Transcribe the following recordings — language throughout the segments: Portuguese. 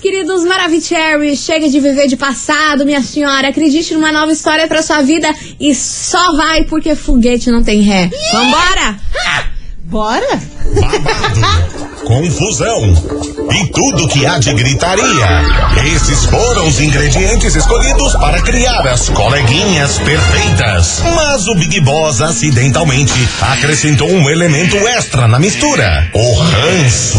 queridos Maravicherry, chega de viver de passado, minha senhora. Acredite numa nova história pra sua vida e só vai porque foguete não tem ré. Vambora! Bora? Babado, confusão e tudo que há de gritaria. Esses foram os ingredientes escolhidos para criar as coleguinhas perfeitas. Mas o Big Boss acidentalmente acrescentou um elemento extra na mistura: o ranço.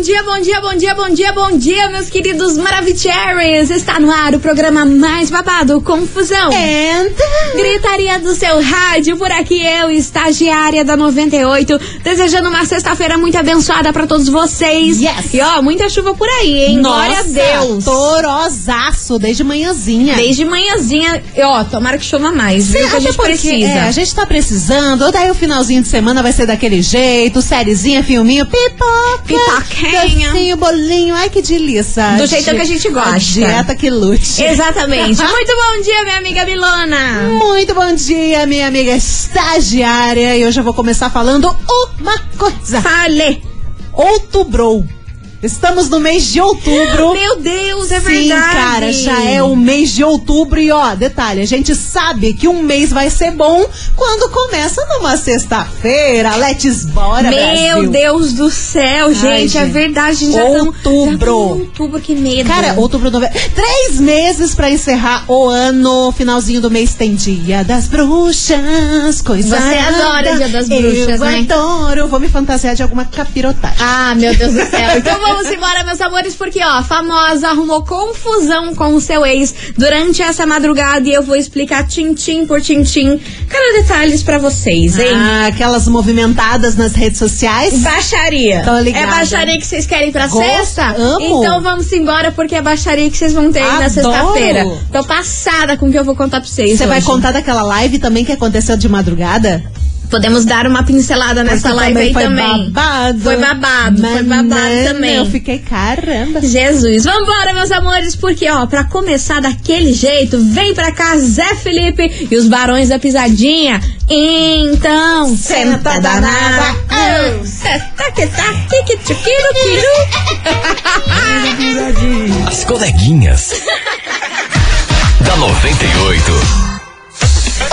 dia, bom dia, bom dia, bom dia, bom dia, meus queridos Maravicheries. Está no ar o programa mais babado, Confusão. É. And... Gritaria do seu rádio, por aqui eu, estagiária da 98, desejando uma sexta-feira muito abençoada pra todos vocês. Yes. E ó, muita chuva por aí, hein? Glória a Deus. Torosaço, desde manhãzinha. Desde manhãzinha, e, ó, tomara que chova mais, viu? Que a gente porque, precisa. É, a gente tá precisando. Daí o finalzinho de semana vai ser daquele jeito, sériezinha, filminho, pipoca. Pipoquinha. Docinho, bolinho. Ai, que delícia. Do jeitão que a gente gosta. dieta que lute. Exatamente. muito bom dia, minha amiga Milona. Muito bom dia, minha amiga estagiária. E hoje eu vou começar falando uma coisa. Fale. Outubrou. Estamos no mês de outubro. Meu Deus, é Sim, verdade. cara, já é o mês de outubro e ó, detalhe, a gente sabe que um mês vai ser bom quando começa numa sexta-feira. Let's bora, Brasil. Meu Deus do céu, gente, é gente. verdade. A gente já tamo- Outubro. já tamo em outubro, que medo. Cara, outubro, novembro. Três meses pra encerrar o ano. Finalzinho do mês tem Dia das Bruxas, coisa Você adora linda. Dia das Bruxas, Eu né? adoro. Vou me fantasiar de alguma capirotagem. Ah, meu Deus do céu. Então vamos embora, meus amores, porque, ó, a famosa arrumou confusão com o seu ex durante essa madrugada e eu vou explicar tintim por tintim cada detalhes pra vocês, hein? Ah, aquelas movimentadas nas redes sociais. Baixaria. Tô ligada. É baixaria que vocês querem pra Gosto, sexta? amo. Então vamos embora, porque é baixaria que vocês vão ter aí na Adoro. sexta-feira. Tô passada com o que eu vou contar pra vocês. Você vai hoje. contar daquela live também que aconteceu de madrugada? Podemos dar uma pincelada nessa Essa live aí foi também. babado. Foi babado, foi babado Manana, também. Eu fiquei, caramba. Jesus, vambora, meus amores, porque, ó, pra começar daquele jeito, vem pra cá Zé Felipe e os Barões da Pisadinha. Então, senta danada, ah, senta que tá, que que tchuquiru, quiru. As coleguinhas. da 98.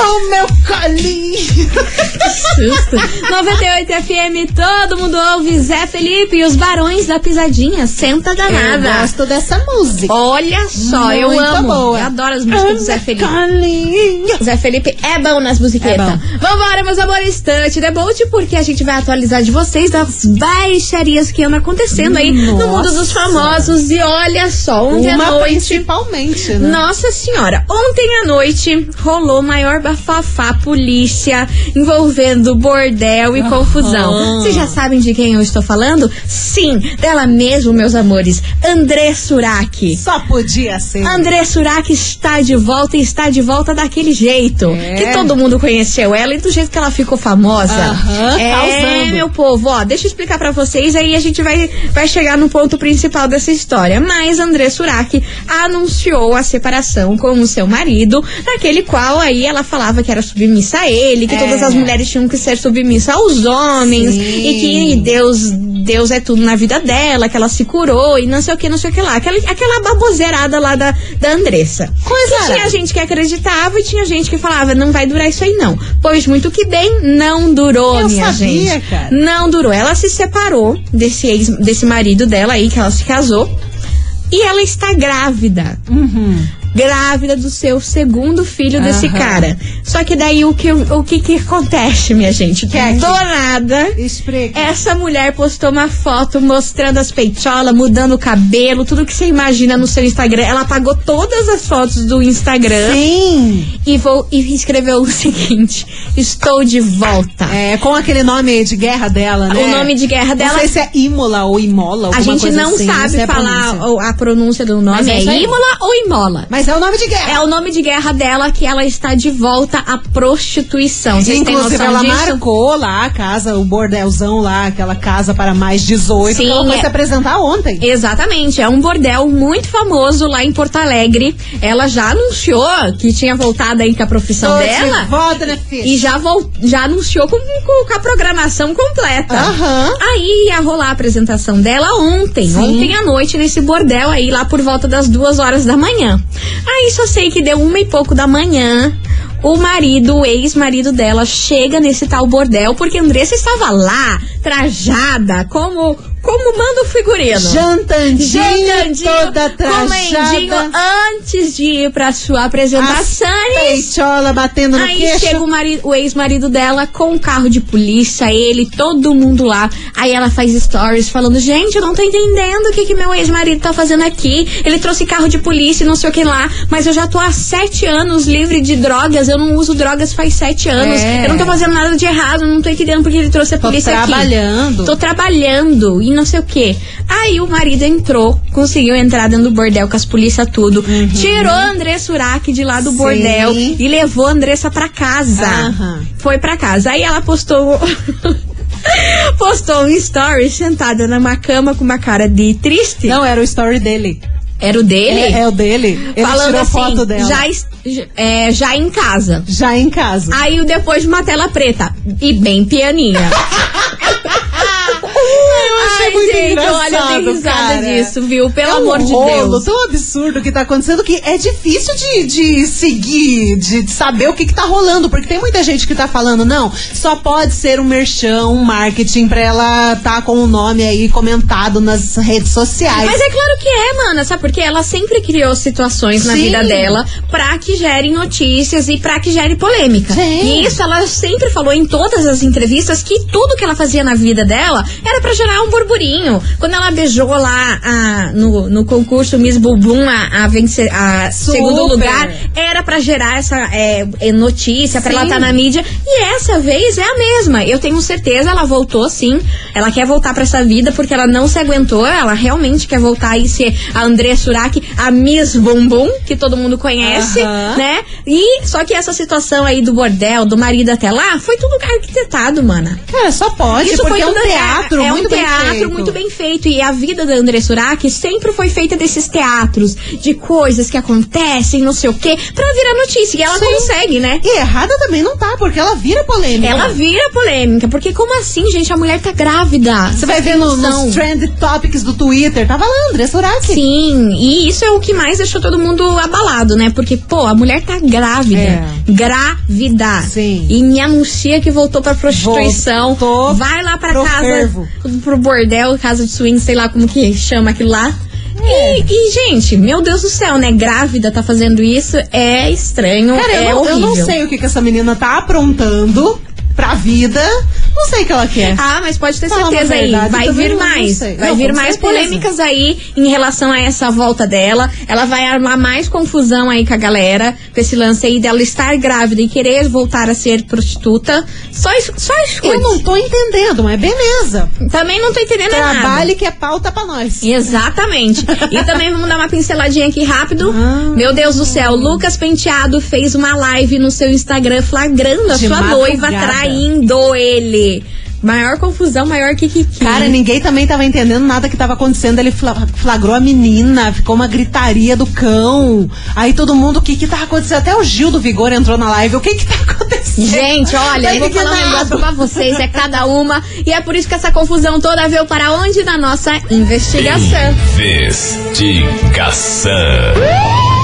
O meu colinho. Susto. 98 FM, todo mundo ouve Zé Felipe e os Barões da Pisadinha, senta Eu danada. gosto dessa música. Olha só, eu Muito amo, boa. Oh eu adoro as músicas do Ô, Zé meu Felipe. Colinho. Zé Felipe é bom nas musiquetas. É bom. Vambora, meus amores, Touch the Bolt, porque a gente vai atualizar de vocês das baixarias que andam acontecendo aí Nossa. no mundo dos famosos. E olha só, ontem à Uma noite. principalmente, né? Nossa senhora, ontem à noite rolou o maior bafafá polícia envolvendo bordel e confusão. Vocês já sabem de quem eu estou falando? Sim, dela mesmo, meus amores, André Surak. Só podia ser. André Surak está de volta e está de volta daquele jeito. É. Que todo mundo conheceu ela e do jeito que ela ficou famosa. Aham, tá é, causando. meu povo, ó, deixa eu explicar pra vocês, aí a gente vai, vai chegar no ponto principal dessa história. Mas André Surak anunciou a separação com o seu marido, daquele qual aí ela falava que era submissa a ele, que É. todas as mulheres tinham que ser submissas aos homens Sim. e que Deus, Deus é tudo na vida dela, que ela se curou e não sei o que, não sei o que lá. Aquela, aquela baboseirada lá da, da Andressa. Coisa Que era. tinha gente que acreditava e tinha gente que falava, não vai durar isso aí não. Pois muito que bem, não durou, Eu minha sabia, gente. cara. Não durou. Ela se separou desse, ex, desse marido dela aí, que ela se casou. E ela está grávida Uhum. grávida do seu segundo filho desse Aham. cara. Só que daí o que, o que, que acontece, minha gente? Que é que- Do nada. Explica. Essa mulher postou uma foto mostrando as peitolas, mudando o cabelo, tudo que você imagina no seu Instagram. Ela apagou todas as fotos do Instagram Sim. e, vou, e escreveu o seguinte: Estou de volta. É, com aquele nome de guerra dela, né? O nome de guerra dela. Não sei se é Imola ou Imola, A alguma gente coisa não assim, sabe se é falar pronúncia. o- a pronúncia do nome. Mas é é isso aí. Imola ou Imola? Mas Mas é o nome de guerra. É o nome de guerra dela que ela está de volta à prostituição. Vocês têm Inclusive, noção ela disso? marcou lá a casa, o bordelzão lá, aquela casa para mais 18. Sim, que ela foi é. se apresentar ontem. Exatamente, é um bordel muito famoso lá em Porto Alegre. Ela já anunciou que tinha voltado aí com a profissão Tô de dela. volta, né, filha? E já, vol- já anunciou com, com- com a programação completa. Aham. Aí ia rolar a apresentação dela ontem, ontem à noite, nesse bordel aí, lá por volta das duas horas da manhã. Aí só sei que deu uma e pouco da manhã. O marido, o ex-marido dela, chega nesse tal bordel, porque Andressa estava lá, trajada, como, como manda o figurino. Jantandinha Jantandinho, toda comendinho trajada. antes de ir pra sua apresentação. Peitola batendo no Aí queixo. chega o, mari- o ex-marido dela com o carro de polícia, ele, todo mundo lá. Aí ela faz stories falando: Gente, eu não tô entendendo o que, que meu ex-marido tá fazendo aqui. Ele trouxe carro de polícia e não sei o que lá, mas eu já tô há sete anos livre de drogas. Eu não uso drogas faz sete anos. É. Eu não tô fazendo nada de errado, não tô entendendo porque ele trouxe a Tô polícia aqui. trabalhando. Tô trabalhando e não sei o que. Aí o marido entrou, conseguiu entrar dentro do bordel com as polícia tudo. Tirou a Andressa Urach de lá do Uhum. Sim. bordel e levou a Andressa pra casa. Aham. Foi pra casa. Aí ela postou. postou um story sentada numa cama com uma cara de triste. Não, era o story dele. Era o dele? É, é o dele. Ele falando tirou assim, foto dela. Já, es- é, já em casa. Já em casa. Aí o depois de uma tela preta. E bem pianinha. eu achei Ai, muito gente, engraçado, olha, eu dei risada cara. disso, viu? Pelo é um amor de rolo Deus. tão absurdo que tá acontecendo que é difícil de, de seguir, de saber o que, que tá rolando, porque tem muita gente que tá falando, não, só pode ser um merchan, um marketing pra ela tá com o nome aí comentado nas redes sociais. Mas é claro que é, mana, sabe? Porque ela sempre criou situações na Sim. vida dela pra que gerem notícias e pra que gere polêmica. Sim. E isso ela sempre falou em todas as entrevistas que tudo que ela fazia na vida dela era pra gerar um burburinho. Quando ela beijou lá a- no, no concurso Miss Bumbum a, a, vencer, a Super. segundo lugar, era pra gerar essa é, é, notícia, pra ela Sim. estar na mídia. E essa vez é a mesma. Eu tenho certeza, ela voltou sim. Ela quer voltar pra essa vida porque ela não se aguentou. Ela realmente quer voltar e ser a André Surak, a Miss Bumbum, que todo mundo conhece, Aham. né? E só que essa situação aí do bordel, do marido até lá, foi tudo arquitetado, mana. Cara, só pode, Isso porque foi é um tudo- teatro é, é muito um teatro bem feito. muito bem feito. E a vida da André Surak sempre foi feita desses teatros, de coisas que acontecem, não sei o quê, pra virar notícia. E ela Sim. consegue, né? E errada também não tá, porque ela vira polêmica. Ela vira polêmica, porque como assim, gente? A mulher tá grávida. Você vai ver no, nos trend topics do Twitter, tá é tava lá, Andressa Urach. Sim, e isso é o que mais deixou todo mundo abalado, né? Porque, pô, a mulher tá grávida. É. Grávida. Sim. E me anuncia que voltou pra prostituição. Voltou vai lá pra pro casa, fervo. pro bordel, casa de swing, sei lá como que chama aquilo lá. É. E, e, gente, meu Deus do céu, né? Grávida tá fazendo isso é estranho, Cara, é eu, não, eu horrível. não sei o que, que essa menina tá aprontando pra vida. Não sei o que ela quer. Ah, mas pode ter Fala uma certeza aí. É. verdade, Vai eu também vir não mais. sei. Vai Não, vir com mais certeza. polêmicas aí em relação a essa volta dela. Ela vai armar mais confusão aí com a galera, com esse lance aí dela estar grávida e querer voltar a ser prostituta. Só, es- só escute. eu não tô entendendo, mas beleza. Também não tô entendendo nada. Trabalhe que é pauta pra nós. Exatamente. E também vamos dar uma pinceladinha aqui rápido. Ah. Meu Deus do céu, Lucas Penteado fez uma live no seu Instagram flagrando a De sua noiva madrugada. traindo ele. Maior confusão, maior que que que. Cara, ninguém também tava entendendo nada que tava acontecendo. Ele fla- flagrou a menina, ficou uma gritaria do cão. Aí todo mundo, o que que tá acontecendo? Até o Gil do Vigor entrou na live. O que que tá acontecendo? Gente, olha, Tá eu vou falar um indignado. negócio pra vocês, é cada uma. E é por isso que essa confusão toda veio para onde? Na nossa investigação. Investigação.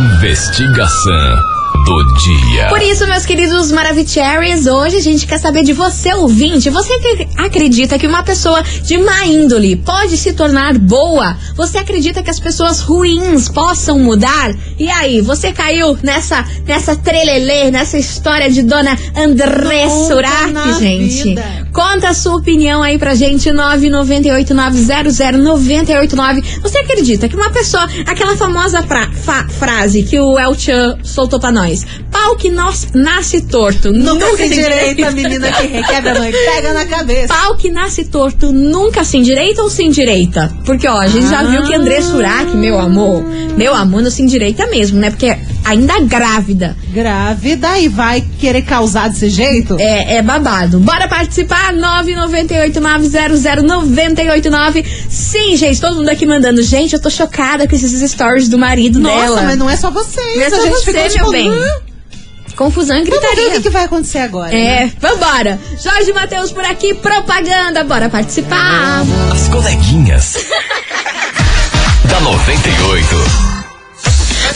Investigação do dia. Por isso, meus queridos Maravicheries, hoje a gente quer saber de você, ouvinte. Você acre- acredita que uma pessoa de má índole pode se tornar boa? Você acredita que as pessoas ruins possam mudar? E aí, você caiu nessa, nessa trelelê, nessa história de Dona André Nunca na Surak, gente? vida. Conta a sua opinião aí pra gente, 998900989. Você acredita que uma pessoa, aquela famosa pra- fa- frase que o El Chan soltou pra nós, expressões. Pau que nos- nasce torto, Nunca, se direita, menina que requebra, mãe. Pega na cabeça. Pau que nasce torto nunca se endireita ou se endireita? Porque, ó, a gente já viu que André Surak, meu amor, meu amor, não se endireita mesmo, né? Porque ainda grávida. Grávida e vai querer causar desse jeito? É, é babado. Bora participar? 998900989. Sim, gente, todo mundo aqui mandando. Gente, eu tô chocada com esses stories do marido Nossa, dela. mas não é só vocês. Não é só a gente você, ficou meu tipo, bem. hum, Confusão e vamos ver o que, gritaria. que vai acontecer agora. né? É, vambora. Jorge Matheus por aqui, propaganda. Bora participar. As coleguinhas. da 98.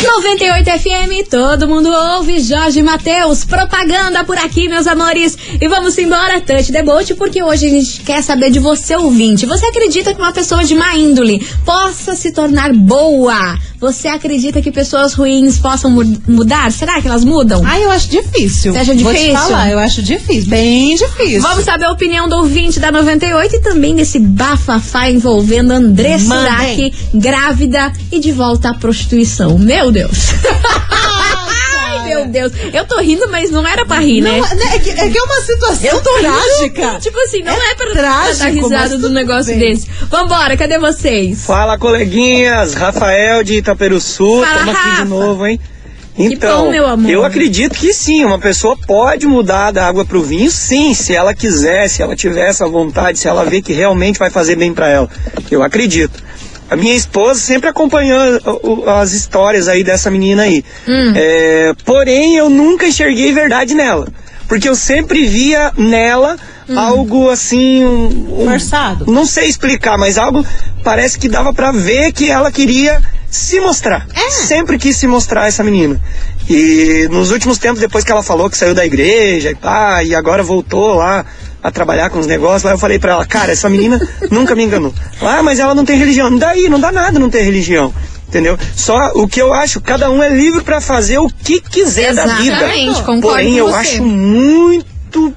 98 FM, todo mundo ouve. Jorge Matheus, propaganda por aqui, meus amores. E vamos embora, Touch the Boat, porque hoje a gente quer saber de você, ouvinte. Você acredita que uma pessoa de má índole possa se tornar boa? Você acredita que pessoas ruins possam mu- mudar? Será que elas mudam? Ah, eu acho difícil. Você acha Vou te difícil? falar, eu acho difícil. Bem difícil. Vamos saber a opinião do ouvinte da 98 e também desse bafafá envolvendo André Mandem. Surak, grávida e de volta à prostituição. Meu Deus. Ai, meu Deus. Eu tô rindo, mas não era pra rir, né? Não, né, é, que, é que é uma situação trágica. Tipo assim, não é, pra, pra dar trágico, mas risada do tudo negócio bem. desse. Vambora, cadê vocês? Fala, coleguinhas. Rafael de Itaperu Sul. Fala, Tamo aqui Rafa. de novo, hein? Que Então, bom, meu amor. eu acredito que sim, uma pessoa pode mudar da água pro vinho, sim, se ela quiser, se ela tiver essa vontade, se ela vê que realmente vai fazer bem pra ela. Eu acredito. A minha esposa sempre acompanhou o- o- as histórias aí dessa menina aí. Hum. É, porém, eu nunca enxerguei verdade nela. Porque eu sempre via nela Hum. algo assim. Um, um- Forçado. não sei explicar, mas algo parece que dava pra ver que ela queria se mostrar. É. Sempre quis se mostrar essa menina. E nos últimos tempos, depois que ela falou que saiu da igreja e pá, e agora voltou lá a trabalhar com os negócios, lá eu falei pra ela, cara, essa menina nunca me enganou. Ah, mas ela não tem religião. Daí, não dá nada não ter religião. Entendeu? Só o que eu acho, cada um é livre pra fazer o que quiser da Exatamente, vida. concordo Porém, com eu você. acho muito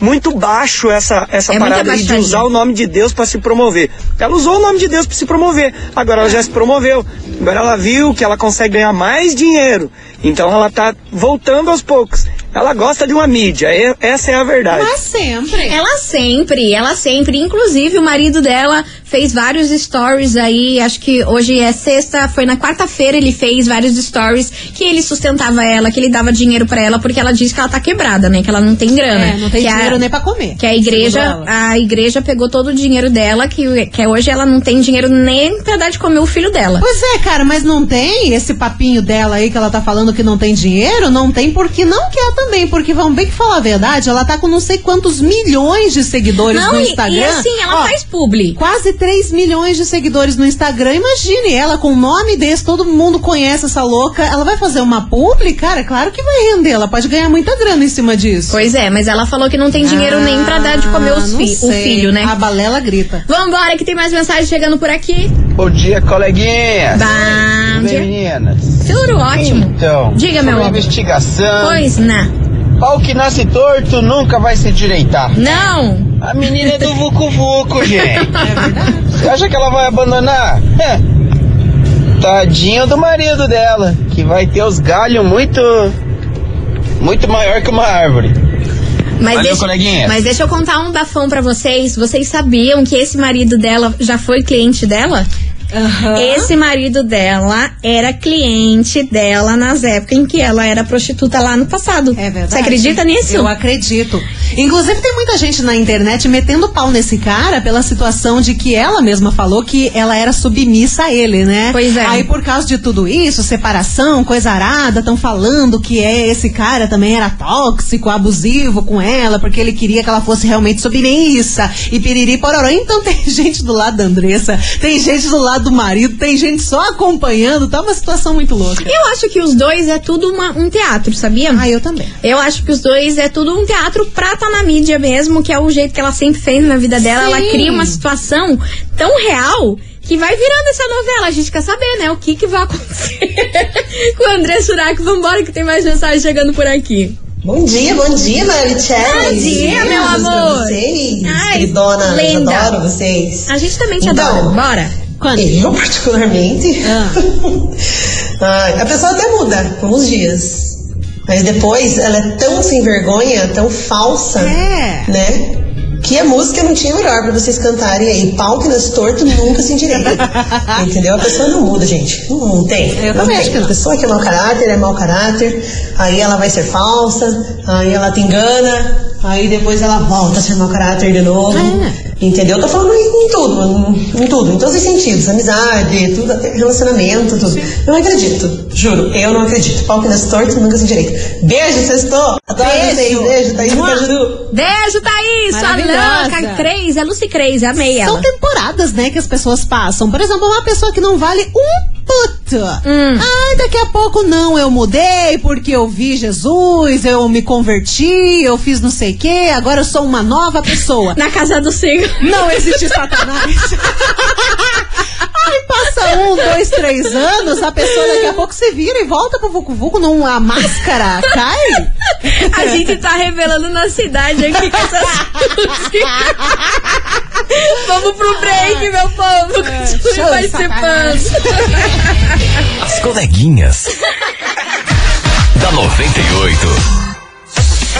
muito baixo essa essa É muita parada aí de baixaria. usar o nome de Deus pra se promover. Ela usou o nome de Deus pra se promover. Agora ela já se promoveu. Agora ela viu que ela consegue ganhar mais dinheiro. Então ela tá voltando aos poucos. Ela gosta de uma mídia. E- Essa é a verdade. Mas sempre. Ela sempre, ela sempre. Inclusive, o marido dela fez vários stories aí. Acho que hoje é sexta, foi na quarta-feira ele fez vários stories que ele sustentava ela, que ele dava dinheiro pra ela, porque ela diz que ela tá quebrada, né? Que ela não tem grana. É, não tem que dinheiro a, nem pra comer. Que a igreja, Segundo ela. a igreja pegou todo o dinheiro dela, que, que hoje ela não tem dinheiro nem pra dar de comer o filho dela. Pois é, cara, mas não tem esse papinho dela aí que ela tá falando que não tem dinheiro? Não tem porque não quer também. Porque vamos bem que falar a verdade, ela tá com não sei quantos milhões de seguidores Não, no e, Instagram. e assim, ela Ó, faz publi. Quase 3 milhões de seguidores no Instagram. Imagine ela com um nome desse, todo mundo conhece essa louca. Ela vai fazer uma publi, cara? é Claro que vai render. Ela pode ganhar muita grana em cima disso. Pois é, mas ela falou que não tem dinheiro nem pra dar de comer os Ah, não fi- o sei. filho, né? A balela grita. Vambora, que tem mais mensagem chegando por aqui. Bom dia, coleguinhas! Bom Tudo bem, dia. meninas? Tudo ótimo. Então, Diga, sobre meu a amor. investigação. Pois né? não. Pau que nasce torto nunca vai se direitar. Não. A menina é do Vucu Vucu, gente. É Você acha que ela vai abandonar? Tadinho do marido dela, que vai ter os galhos muito. muito maior que uma árvore. Mas Valeu, deixa, coleguinha. mas deixa eu contar um bafão pra vocês. Vocês sabiam que esse marido dela já foi cliente dela? Esse marido dela era cliente dela nas épocas em que ela era prostituta lá no passado. É verdade. Você acredita nisso? Eu acredito. Inclusive, tem muita gente na internet metendo pau nesse cara pela situação de que ela mesma falou que ela era submissa a ele, né? Pois é. Aí, por causa de tudo isso, separação, coisa arada, estão falando que é esse cara também era tóxico, abusivo com ela, porque ele queria que ela fosse realmente submissa e piriri pororó. Então, tem gente do lado da Andressa, tem gente do lado do marido, tem gente só acompanhando. Tá uma situação muito louca. Eu acho que os dois é tudo uma- um teatro, sabia? Ah, eu também. Eu acho que os dois é tudo um teatro pra tá na mídia mesmo, que é o jeito que ela sempre fez na vida dela. Ela Sim. cria uma situação tão real que vai virando essa novela. A gente quer saber, né? O que, que vai acontecer com o André Surak. Vambora que tem mais mensagem chegando por aqui. Bom dia, bom dia, Marichelle. Bom dia, meu amor. Vocês, Ai, queridonas, linda. adoro vocês. A gente também te Então, adora. Bora. Quando? Eu, Ah. particularmente. Ai, a pessoa até muda com os dias. Mas depois ela é tão sem vergonha, tão falsa, É. né? Que a música não tinha melhor pra vocês cantarem aí. Pau que nasce torto nunca se endireita. Entendeu? A pessoa não muda, gente. Não, não tem. Eu não também acho tem. que não. A pessoa que é mau caráter, é mau caráter. Aí ela vai ser falsa, aí ela te engana. Aí depois ela volta a ser mau caráter de novo. É. Entendeu? Tô falando em, em tudo, em, em tudo, em todos os sentidos. Amizade, tudo, até relacionamento, tudo. Eu não acredito, juro, eu não acredito. Pau que nasce torto, nunca se direito. Beijo, sextou. Adoro Beijo. vocês. Beijo, tá Thaís Mua. Cajuru. Beijo, Thaís! Sua Maravilhosa. louca! Crazy, é Lucy Crazy, amei ela. São temporadas, né, que as pessoas passam. Por exemplo, uma pessoa que não vale um puto. Hum. Ah, daqui a pouco não, eu mudei porque eu vi Jesus, eu me converti, eu fiz não sei o quê, agora eu sou uma nova pessoa. Na casa do Cigo. não existe Satanás. Aí passa um, dois, três anos, a pessoa daqui a pouco se vira e volta pro Vucu Vucu, não, a máscara cai. A gente tá revelando na cidade aqui com essas músicas. Vamos pro break, meu povo. Continue É, show de participando. As coleguinhas. da 98.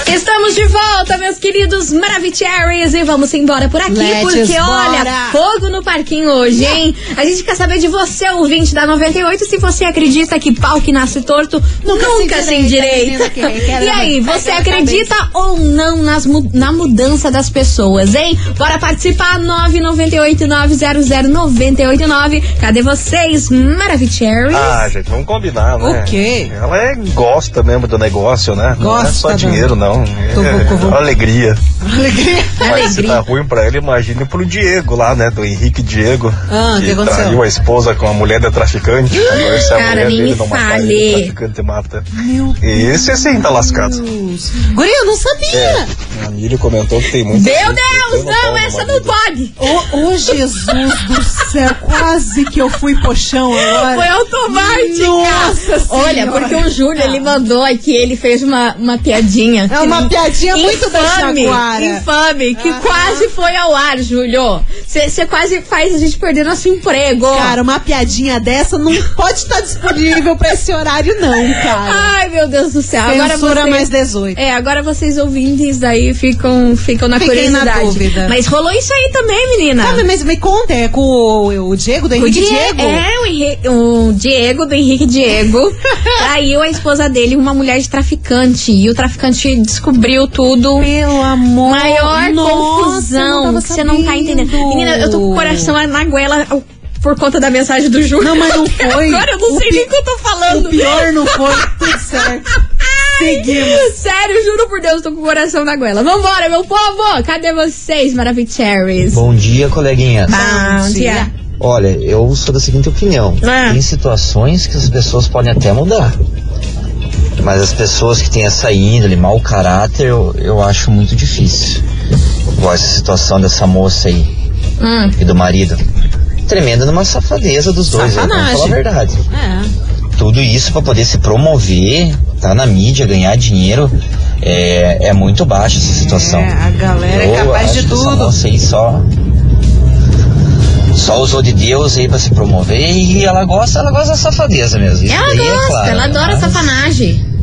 Estamos de volta, meus queridos Maravicheries, e vamos embora por aqui, Let's porque olha, bora. fogo no parquinho hoje, hein? A gente quer saber de você, ouvinte da 98, se você acredita que pau que nasce torto nunca, Nunca se se endireita. endireita, menina, quero E aí, saber. você Quero acredita ou não nas mu- na mudança das pessoas, hein? Bora participar, 998-900-989. Cadê vocês, Maravicheries? Ah, gente, vamos combinar, né? O quê? Ela é, gosta mesmo do negócio, né? não é Gosta só do- dinheiro, não. Do vucu vucu. É alegria. Mas se tá ruim pra ela, imagine pro Diego lá, né? Do Henrique Diego. Ah, o que aconteceu? traiu a esposa com a mulher da traficante. Agora se a Cara, mulher nem dele me não matar fale. ele, o traficante mata. e esse assim tá lascado. Guria, eu não sabia. A Miriam comentou que tem muito. Meu Deus, não, essa não pode! Ô, ô, Jesus do céu, quase que eu fui pochão agora. Foi automática. Nossa Senhora. Olha, porque o Júlio, ele mandou aqui, ele fez uma, uma piadinha. É uma piadinha muito da Ah, infame, Jaguara. infame, que quase foi ao ar, Júlio. Você quase faz a gente perder nosso emprego. Cara, uma piadinha dessa não pode estar disponível pra esse horário, não, cara. Ai, meu Deus do céu. Agora Censura vocês, mais 18. É, agora vocês ouvintes daí ficam, ficam na Fiquem na curiosidade. dúvida. Mas rolou isso aí também, menina. Sabe, Ah, mas me conta, é com o, o Diego, do O Henrique Diego, Diego? É, o, Henri- o Diego, do Henrique Diego, traiu a esposa dele, uma mulher de traficante. E o traficante descobriu tudo. Pelo amor Maior Nossa, eu confusão tava que você não tá sabendo. entendendo. Menina, eu tô com o coração na goela por conta da mensagem do Júlio. Não, mas não foi. Agora eu não O sei pi- nem o que eu tô falando. O pior não foi, tudo certo. Seguimos. Sério, juro por Deus, tô com o coração na goela. Vambora, meu povo! Cadê vocês, Maravicheries? Bom dia, coleguinhas. Bom dia. Olha, eu sou da seguinte opinião. Ah. Tem situações que as pessoas podem até mudar. Mas as pessoas que têm essa índole, mau caráter, eu, eu acho muito difícil. Igual essa situação dessa moça aí Hum. e do marido. Tremenda numa safadeza dos dois, né? vamos falar a Safanagem. verdade. É. Tudo isso para poder se promover, tá na mídia, ganhar dinheiro. É, é muito baixa essa situação. É, a galera Eu é capaz Tá acho de que tá Essa tudo. moça aí só. Só usou de Deus aí pra se promover e ela gosta, ela gosta da safadeza mesmo. Isso Ela daí gosta, é claro, ela adora mas, safanagem.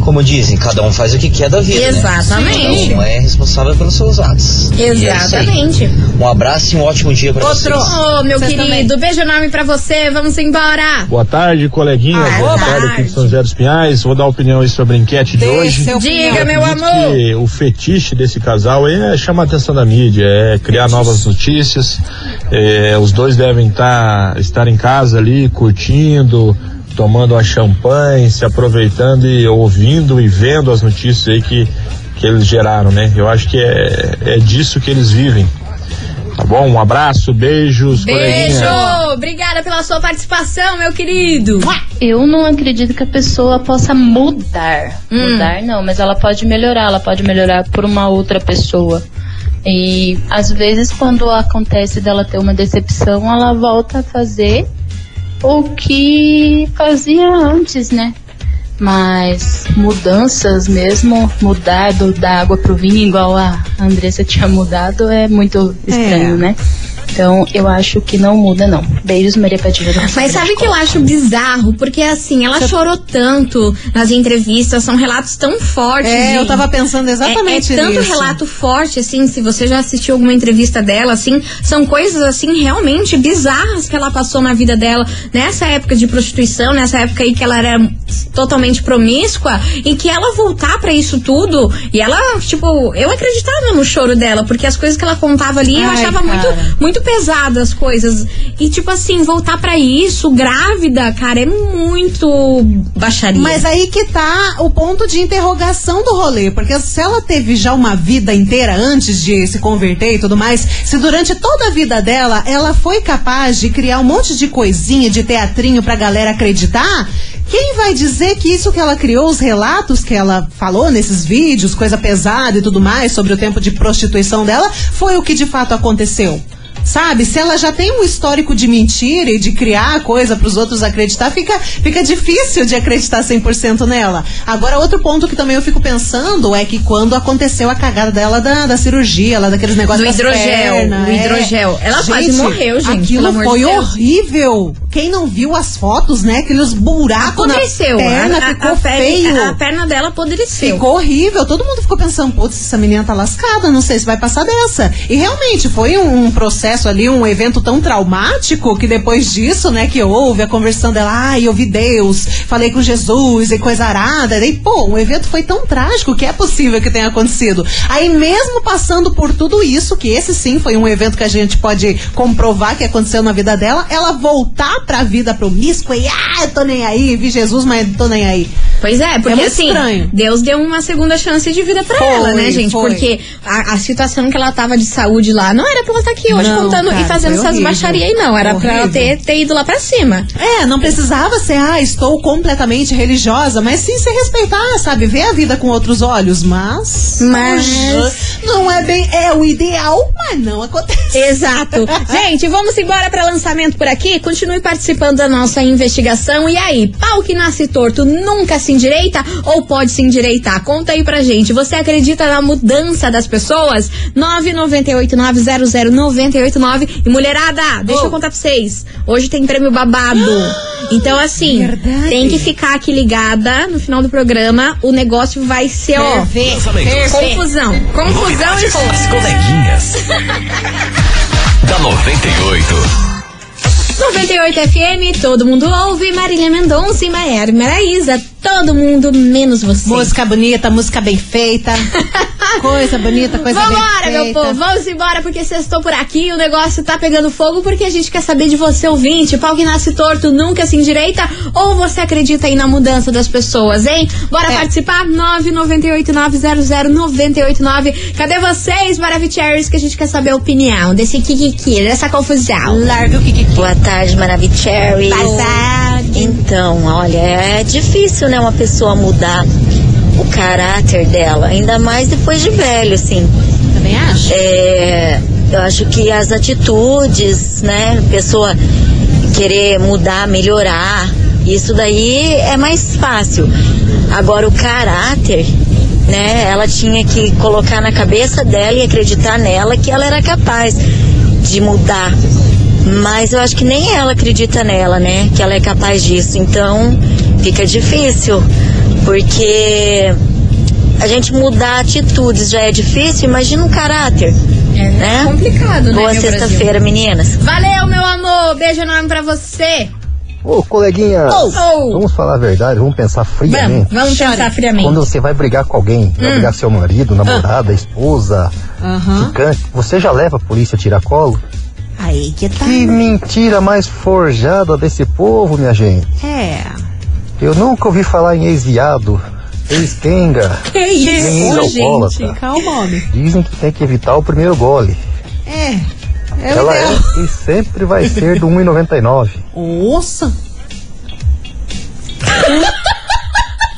Como dizem, cada um faz o que quer da vida. né? Exatamente. Cada um é responsável pelos seus atos. E é isso aí. Exatamente. um abraço e um ótimo dia pra Outro, vocês. Ô, meu Vocês querido, beijo enorme pra você, vamos embora. Boa tarde, coleguinhas. Ah, boa Boa tarde tarde. aqui de São José dos Pinhais. Vou dar opinião aí sobre a enquete de hoje. Seu Diga, meu Acredito amor. que o fetiche desse casal aí é chamar a atenção da mídia, é criar novas notícias. é, os dois devem tá, estar em casa ali, curtindo, tomando uma champanhe, se aproveitando e ouvindo e vendo as notícias aí que, que eles geraram, né? Eu acho que é, é disso que eles vivem. Tá bom? Um abraço, beijos, coleguinhas. Beijo! Obrigada pela sua participação, meu querido. Eu não acredito que a pessoa possa mudar. Mudar não, mas ela pode melhorar, ela pode melhorar por uma outra pessoa. E às vezes quando acontece dela ter uma decepção, ela volta a fazer o que fazia antes, né? Mas mudanças mesmo, mudar do, da água pro vinho, igual a Andressa tinha mudado, é muito estranho, né? Então, eu acho que não muda, não. Beijos, Maria Padilha. da Roça Grande. Mas sabe o que eu acho bizarro? Porque assim, ela chorou tanto nas entrevistas, são relatos tão fortes. É, de- eu tava pensando É- exatamente é, tanto nisso. relato forte, assim, se você já assistiu alguma entrevista dela, assim, são coisas, assim, realmente bizarras que ela passou na vida dela nessa época de prostituição, nessa época aí que ela era totalmente promíscua, e que ela voltar pra isso tudo, e ela, tipo, eu acreditava no choro dela, porque as coisas que ela contava ali, eu Ai, achava cara. muito muito pesadas as coisas. E, tipo assim, voltar pra isso, grávida, cara, é muito baixaria. Mas aí que tá o ponto de interrogação do rolê, porque se ela teve já uma vida inteira antes de se converter e tudo mais, se durante toda a vida dela ela foi capaz de criar um monte de coisinha, de teatrinho pra galera acreditar, quem vai dizer que isso que ela criou, os relatos que ela falou nesses vídeos, coisa pesada e tudo mais, sobre o tempo de prostituição dela, foi o que de fato aconteceu? Sabe? Se ela já tem um histórico de mentira e de criar coisa pros outros acreditar, fica, fica difícil de acreditar 100% nela. Agora, outro ponto que também eu fico pensando é que quando aconteceu a cagada dela da, da cirurgia, lá daqueles negócios Do das hidrogel, pernas, do é. hidrogel. Ela quase morreu, gente, pelo Aquilo amor de foi Deus. horrível. Quem não viu as fotos, né? Aqueles buracos Apodreceu. na perna, né? A- a- a ficou pele- feio. a perna dela apodreceu. Ficou horrível. Todo mundo ficou pensando, putz, essa menina tá lascada, não sei se vai passar dessa. E realmente foi um, um processo ali, um evento tão traumático que depois disso, né, que houve a conversão dela, ai, eu vi Deus, falei com Jesus e coisa arada. E, pô, o evento foi tão trágico que é possível que tenha acontecido. Aí mesmo passando por tudo isso, que esse sim foi um evento que a gente pode comprovar que aconteceu na vida dela, ela voltar pra vida promíscua e, ah, eu tô nem aí, vi Jesus, mas tô nem aí. Pois é, porque muito assim, estranho. Deus deu uma segunda chance de vida pra Foi, ela, né, gente? foi. Porque a, a situação que ela tava de saúde lá não era pra ela estar aqui hoje Não, contando e cara, fazendo foi essas horrível. baixarias aí, não. Era pra ela ter, Horrível. ter ido lá pra cima. É, não precisava ser, ah, estou completamente religiosa, mas sim se respeitar, sabe? Ver a vida com outros olhos, mas. Mas- Não é bem. É o ideal, mas não acontece. Exato. Gente, vamos embora para lançamento por aqui. Continue participando da nossa investigação. E aí, pau que nasce torto nunca se endireita ou pode se endireitar? Conta aí pra gente. Você acredita na mudança das pessoas? 998900989. E mulherada, deixa eu contar pra vocês. Hoje tem prêmio babado. Então, assim, tem que ficar aqui ligada no final do programa. O negócio vai ser, ó. Ferver, É, ferver. Confusão. Confusão e Novidades fogo. das coleguinhas. Da 98. 98 FM, todo mundo ouve. Marília Mendonça e Maiara e Maraísa, todo mundo menos você. Música bonita, música bem feita. coisa bonita, coisa Vambora, bem feita. meu povo, vamos embora, porque vocês estão por aqui, o negócio tá pegando fogo, porque a gente quer saber de você, ouvinte. Pau que nasce torto nunca se endireita, ou você acredita aí na mudança das pessoas, hein? Bora É. participar? 998900989. Cadê vocês, Maravicheries, que a gente quer saber a opinião desse kikiki, dessa confusão? Larga o que Boa tarde, Maravicherry. Então, olha, é difícil, né, uma pessoa mudar o caráter dela, ainda mais depois de velho, assim. Também acho. É, eu acho que as atitudes, né, a pessoa querer mudar, melhorar, isso daí é mais fácil. Agora o caráter, né, ela tinha que colocar na cabeça dela e acreditar nela que ela era capaz de mudar. Mas eu acho que nem ela acredita nela, né? Que ela é capaz disso. Então fica difícil. Porque a gente mudar atitudes já é difícil, imagina o caráter. É né? complicado, né, Boa meu sexta-feira, meninas. Valeu, meu amor, beijo enorme pra você. Ô, coleguinha, Ô. Ô. vamos falar a verdade, vamos pensar friamente. Vamos, vamos pensar friamente. Quando você vai brigar com alguém, vai Hum. brigar com seu marido, namorada, esposa, Aham. ficante, você já leva a polícia a tirar colo? Aí que tá. Que Hum. mentira mais forjada desse povo, minha gente. É. Eu nunca ouvi falar em ex-viado, ex-tenga, Que nem isso, gente? ex-alcoólatra. Calma, homem. Dizem que tem que evitar o primeiro gole. É. É o Ela é ideal. e sempre vai ser do 1,99. Nossa!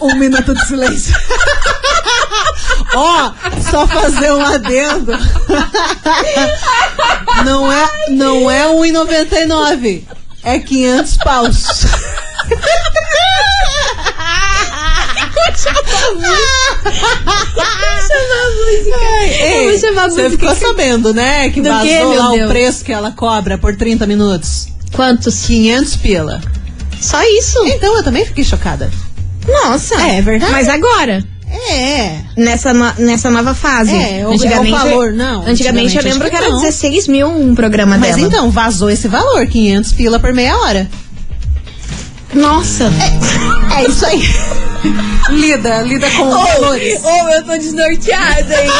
Um, um minuto de silêncio. Ó, só fazer um adendo. Não é, não é 1,99. É 500 paus. Chama a música. Ah, Ai, ei, Aí você vai Você ficou sabendo, né? Que Do vazou quê, meu lá o Deus? preço que ela cobra por 30 minutos. Quantos? 500 pila. Só isso? Então eu também fiquei chocada. Nossa. É, verdade. Mas agora? É. Nessa, no- nessa nova fase. É, o- é o valor, não. Antigamente, Antigamente, eu lembro acho que, que era não. 16 mil um programa Mas dela. então, vazou esse valor, 500 pila por meia hora. Nossa. É, é isso aí. lida, lida com Ô, valores. ô, Oh, eu tô desnorteada, hein?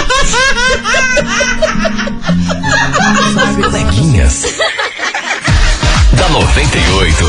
Coleguinhas. da 98.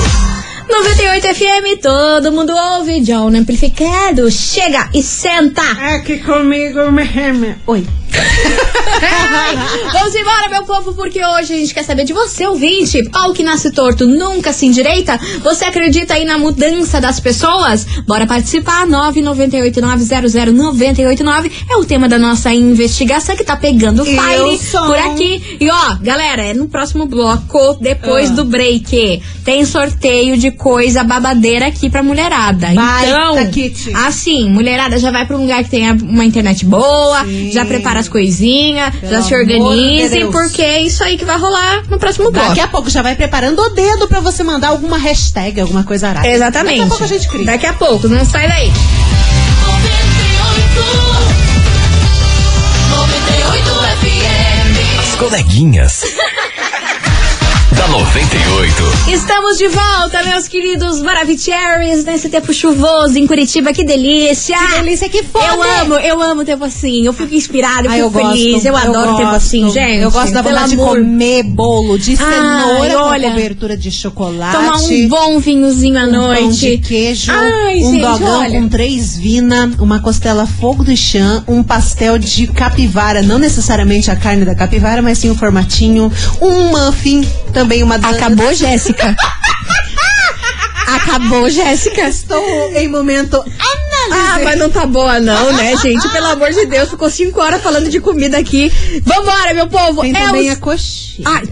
98 FM, todo mundo ouve, John Amplificado. Chega e senta. É que comigo me Oi. Vamos embora, meu povo, porque hoje a gente quer saber de você, ouvinte. Pau que nasce torto, nunca se endireita. Você acredita aí na mudança das pessoas? Bora participar. 998900989 é o tema da nossa investigação que tá pegando Eu fire sou. por aqui. E ó, galera, é no próximo bloco, depois Ah. do break. Tem sorteio de coisa babadeira aqui pra mulherada. Baita então, kit. assim, mulherada já vai pra um lugar que tenha uma internet boa, já prepara as coisinhas, já Pelo Então, se amor de organizem, Deus. porque é isso aí que vai rolar no próximo bloco. Daqui a pouco já vai preparando o dedo pra você mandar alguma hashtag, alguma coisa arada. Exatamente. Daqui a pouco a gente cria. Daqui a pouco, não sai daí. 98 FM. As coleguinhas. da 98. Estamos de volta, meus queridos Maravicheries, nesse tempo chuvoso em Curitiba, que delícia! Que delícia, que foda! Eu amo, eu amo tempo assim, eu fico inspirada, eu Ai, fico feliz, eu adoro tempo assim, gosto. gente. Eu gosto da pelo vontade amor. de comer bolo de Ai, cenoura com olha. cobertura de chocolate. Tomar um bom vinhozinho à um noite. pão de queijo, Ai, um gente, dogão olha. com três vina, uma costela fogo do chão, um pastel de capivara, não necessariamente a carne da capivara, mas sim o formatinho, um muffin, também uma Acabou, Jéssica. Acabou, Jéssica. Estou em momento Ah, mas não tá boa não, né, gente? Pelo amor de Deus, ficou cinco horas falando de comida aqui. Vambora, meu povo! Tem é também os- a coxinha. Ai,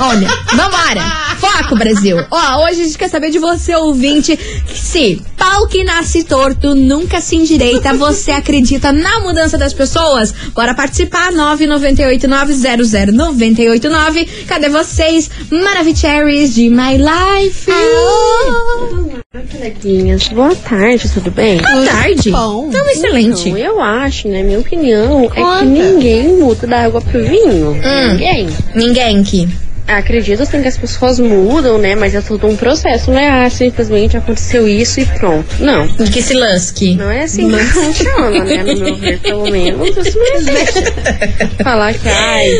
olha, vambora! Foco, Brasil! Ó, hoje a gente quer saber de você, ouvinte, que se pau que nasce torto nunca se endireita, você acredita na mudança das pessoas? Bora participar, 998-900-989. Cadê vocês? Maravicheries de My Life! Coleguinhas, boa tarde, tudo bem? Boa tarde. Bom. Tamo Ah, excelente. Então, eu acho, né? Minha opinião é que ninguém muda da água pro vinho. Hum. Ninguém. Ninguém que. Acredito assim que as pessoas mudam, né? Mas é todo um processo, não é? Ah, simplesmente aconteceu isso e pronto. Não. Que se lasque. Não é assim que funciona, né? No meu ver, pelo menos. Isso não existe. Falar que, ai,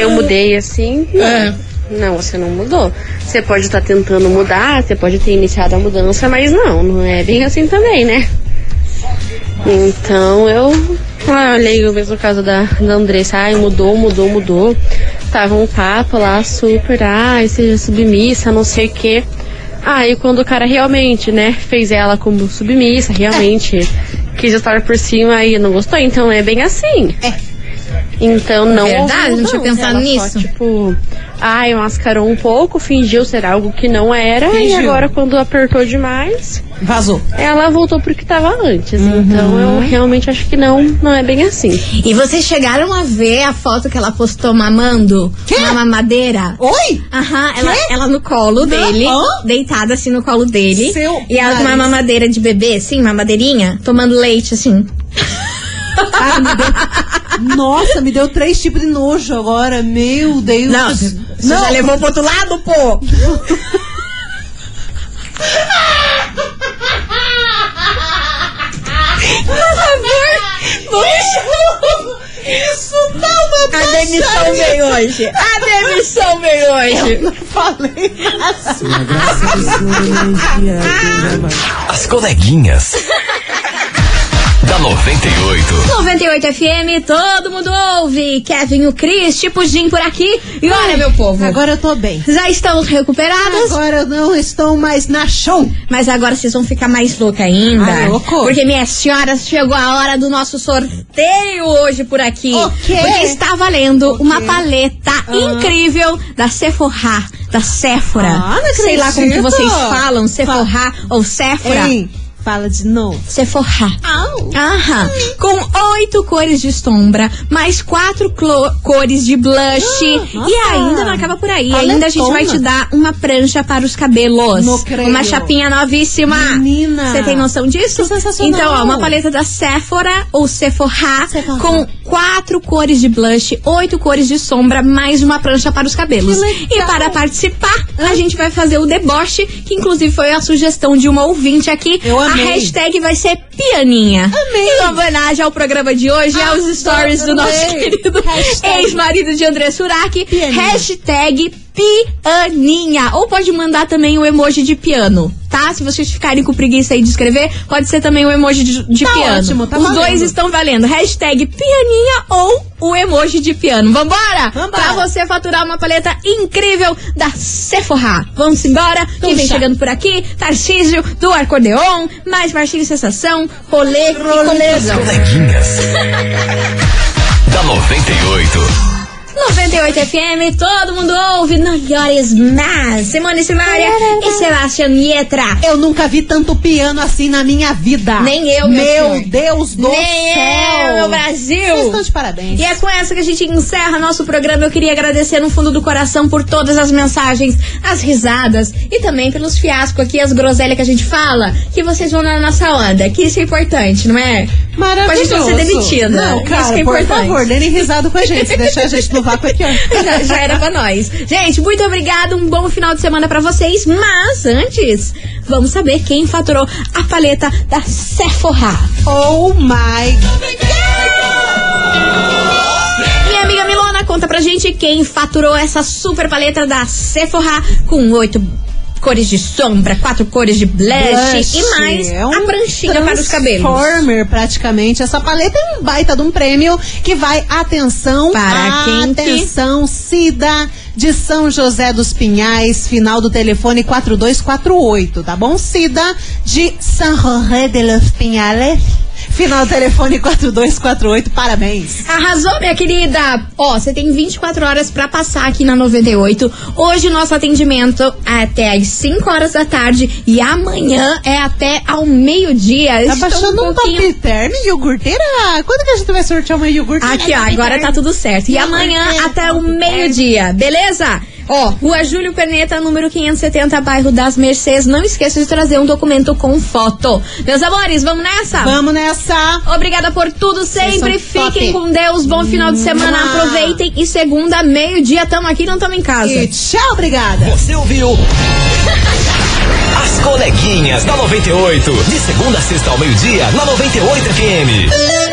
eu mudei assim. Não. É. Não, você não mudou. Você pode estar tentando mudar, você pode ter iniciado a mudança, mas não, não é bem assim também, né? Então eu ah, olhei o mesmo caso da, da Andressa. Ai, mudou, mudou, mudou. Tava um papo lá super, ai, seja submissa, não sei o quê. Aí quando o cara realmente, né, fez ela como submissa, realmente quis estar por cima e não gostou, então é bem assim. É. Então não. houve É Verdade, não mudança, tinha pensado ela só, nisso. tipo, ai, mascarou um pouco, fingiu ser algo que não era, e Fingiu. agora quando apertou demais, Vazou. ela voltou pro que tava antes. Então eu realmente acho que não, não é bem assim. E vocês chegaram a ver a foto que ela postou mamando? Uma mamadeira? Oi? Aham, ela, ela no colo dele, deitada assim no colo dele. Seu e ela com uma nariz. mamadeira de bebê, assim, mamadeirinha, tomando leite, assim. Cara, me deu- Nossa, me deu três tipos de nojo agora. Meu Deus. Não, você já levou pro outro lado, pô? Por favor, isso tá uma A demissão veio hoje. A demissão veio hoje. Eu não falei As coleguinhas. da 98. 98 FM, todo mundo ouve. Kevin, o Cris, tipo Jim por aqui. E olha, meu povo. Agora eu tô bem. Já estamos recuperadas? Agora eu não estou mais na show. Mas agora vocês vão ficar mais louca ainda. Ah, louco. Porque, minhas senhoras, chegou a hora do nosso sorteio hoje por aqui. O quê? Porque está valendo uma paleta incrível da Sephora. Da Sephora. Ah, não Sei lá como que acredito. vocês falam, Sephora ou Sephora. Ei. Fala de novo. Sephora. Aham. Com oito cores de sombra, mais quatro clo- cores de blush. Ah, e nossa. ainda não acaba por aí. Paletona. Ainda a gente vai te dar uma prancha para os cabelos. Não creio. Uma chapinha novíssima. Menina. Você tem noção disso? sensacional. Então, ó, uma paleta da Sephora ou Sephora, com quatro cores de blush, oito cores de sombra, mais uma prancha para os cabelos. E para participar, a gente vai fazer o deboche, que inclusive foi a sugestão de uma ouvinte aqui. Eu amei. A hashtag vai ser pianinha. Amei. Em homenagem ao programa de hoje, aos stories do nosso adorei. querido ex-marido de André Surak. Hashtag pianinha. Ou pode mandar também o emoji de piano, tá? Se vocês ficarem com preguiça aí de escrever, pode ser também o emoji de, de Tá piano. ótimo, tá Os valendo. dois estão valendo. Hashtag pianinha ou o emoji de piano. Vambora? Vambora. Pra você faturar uma paleta incrível da Sephora. Vamos embora? Quem Então vem Puxa. chegando por aqui? Tarcísio do Arcordeon, mais Marcinho Sensação, Rolê, e Confusão. Coleguinhas. da 98. 98 FM, todo mundo ouve, não llores mais. Simone Simaria e Sebastião Mietra. Eu nunca vi tanto piano assim na minha vida. Nem eu, meu Meu senhor. Deus do Nem céu. eu, meu Brasil. é Vocês estão de parabéns. E é com essa que a gente encerra nosso programa. Eu queria agradecer no fundo do coração por todas as mensagens, as risadas e também pelos fiascos aqui, as groselhas que a gente fala, que vocês vão na nossa onda, que isso é importante, não é? Maravilhoso. Pra gente não ser demitida. Não, cara, isso que é por importante. favor, dêem risada com a gente. Se deixar a gente no vácuo aqui, ó. já, já era pra nós. Gente, muito obrigada, um bom final de semana pra vocês. Mas antes, vamos saber quem faturou a paleta da Sephora. Oh my Minha amiga Milona, conta pra gente quem faturou essa super paleta da Sephora com oito cores de sombra, quatro cores de blush, e mais É um a pranchinha para os cabelos. Transformer, praticamente. Essa paleta é um baita de um prêmio que vai, atenção, Para quem que- atenção, Cida de São José dos Pinhais, final do telefone 4248, tá bom? Cida de São José de los Pinhales, final do telefone 4248, parabéns. Arrasou, minha querida! Ó, você tem 24 horas pra passar aqui na 98. Hoje nosso atendimento é até às 5 horas da tarde e amanhã é até ao meio-dia. Tá Estamos baixando um pouquinho- papiterme, iogurteira? Quando que a gente vai sortear uma iogurteira? Aqui, ó, agora tá tudo certo. E amanhã até o meio-dia, beleza? Ó, Rua Júlio Perneta, número 570, bairro das Mercedes. Não esqueça de trazer um documento com foto. Meus amores, vamos nessa? Vamos nessa! Obrigada por tudo sempre. Vocês são Fiquem top. Hum. com Deus. Bom final de semana. Mua. Aproveitem. E segunda, meio-dia, tamo aqui, não tamo em casa. E tchau, obrigada. Você ouviu? As coleguinhas da 98. De segunda a sexta ao meio-dia, na 98 FM.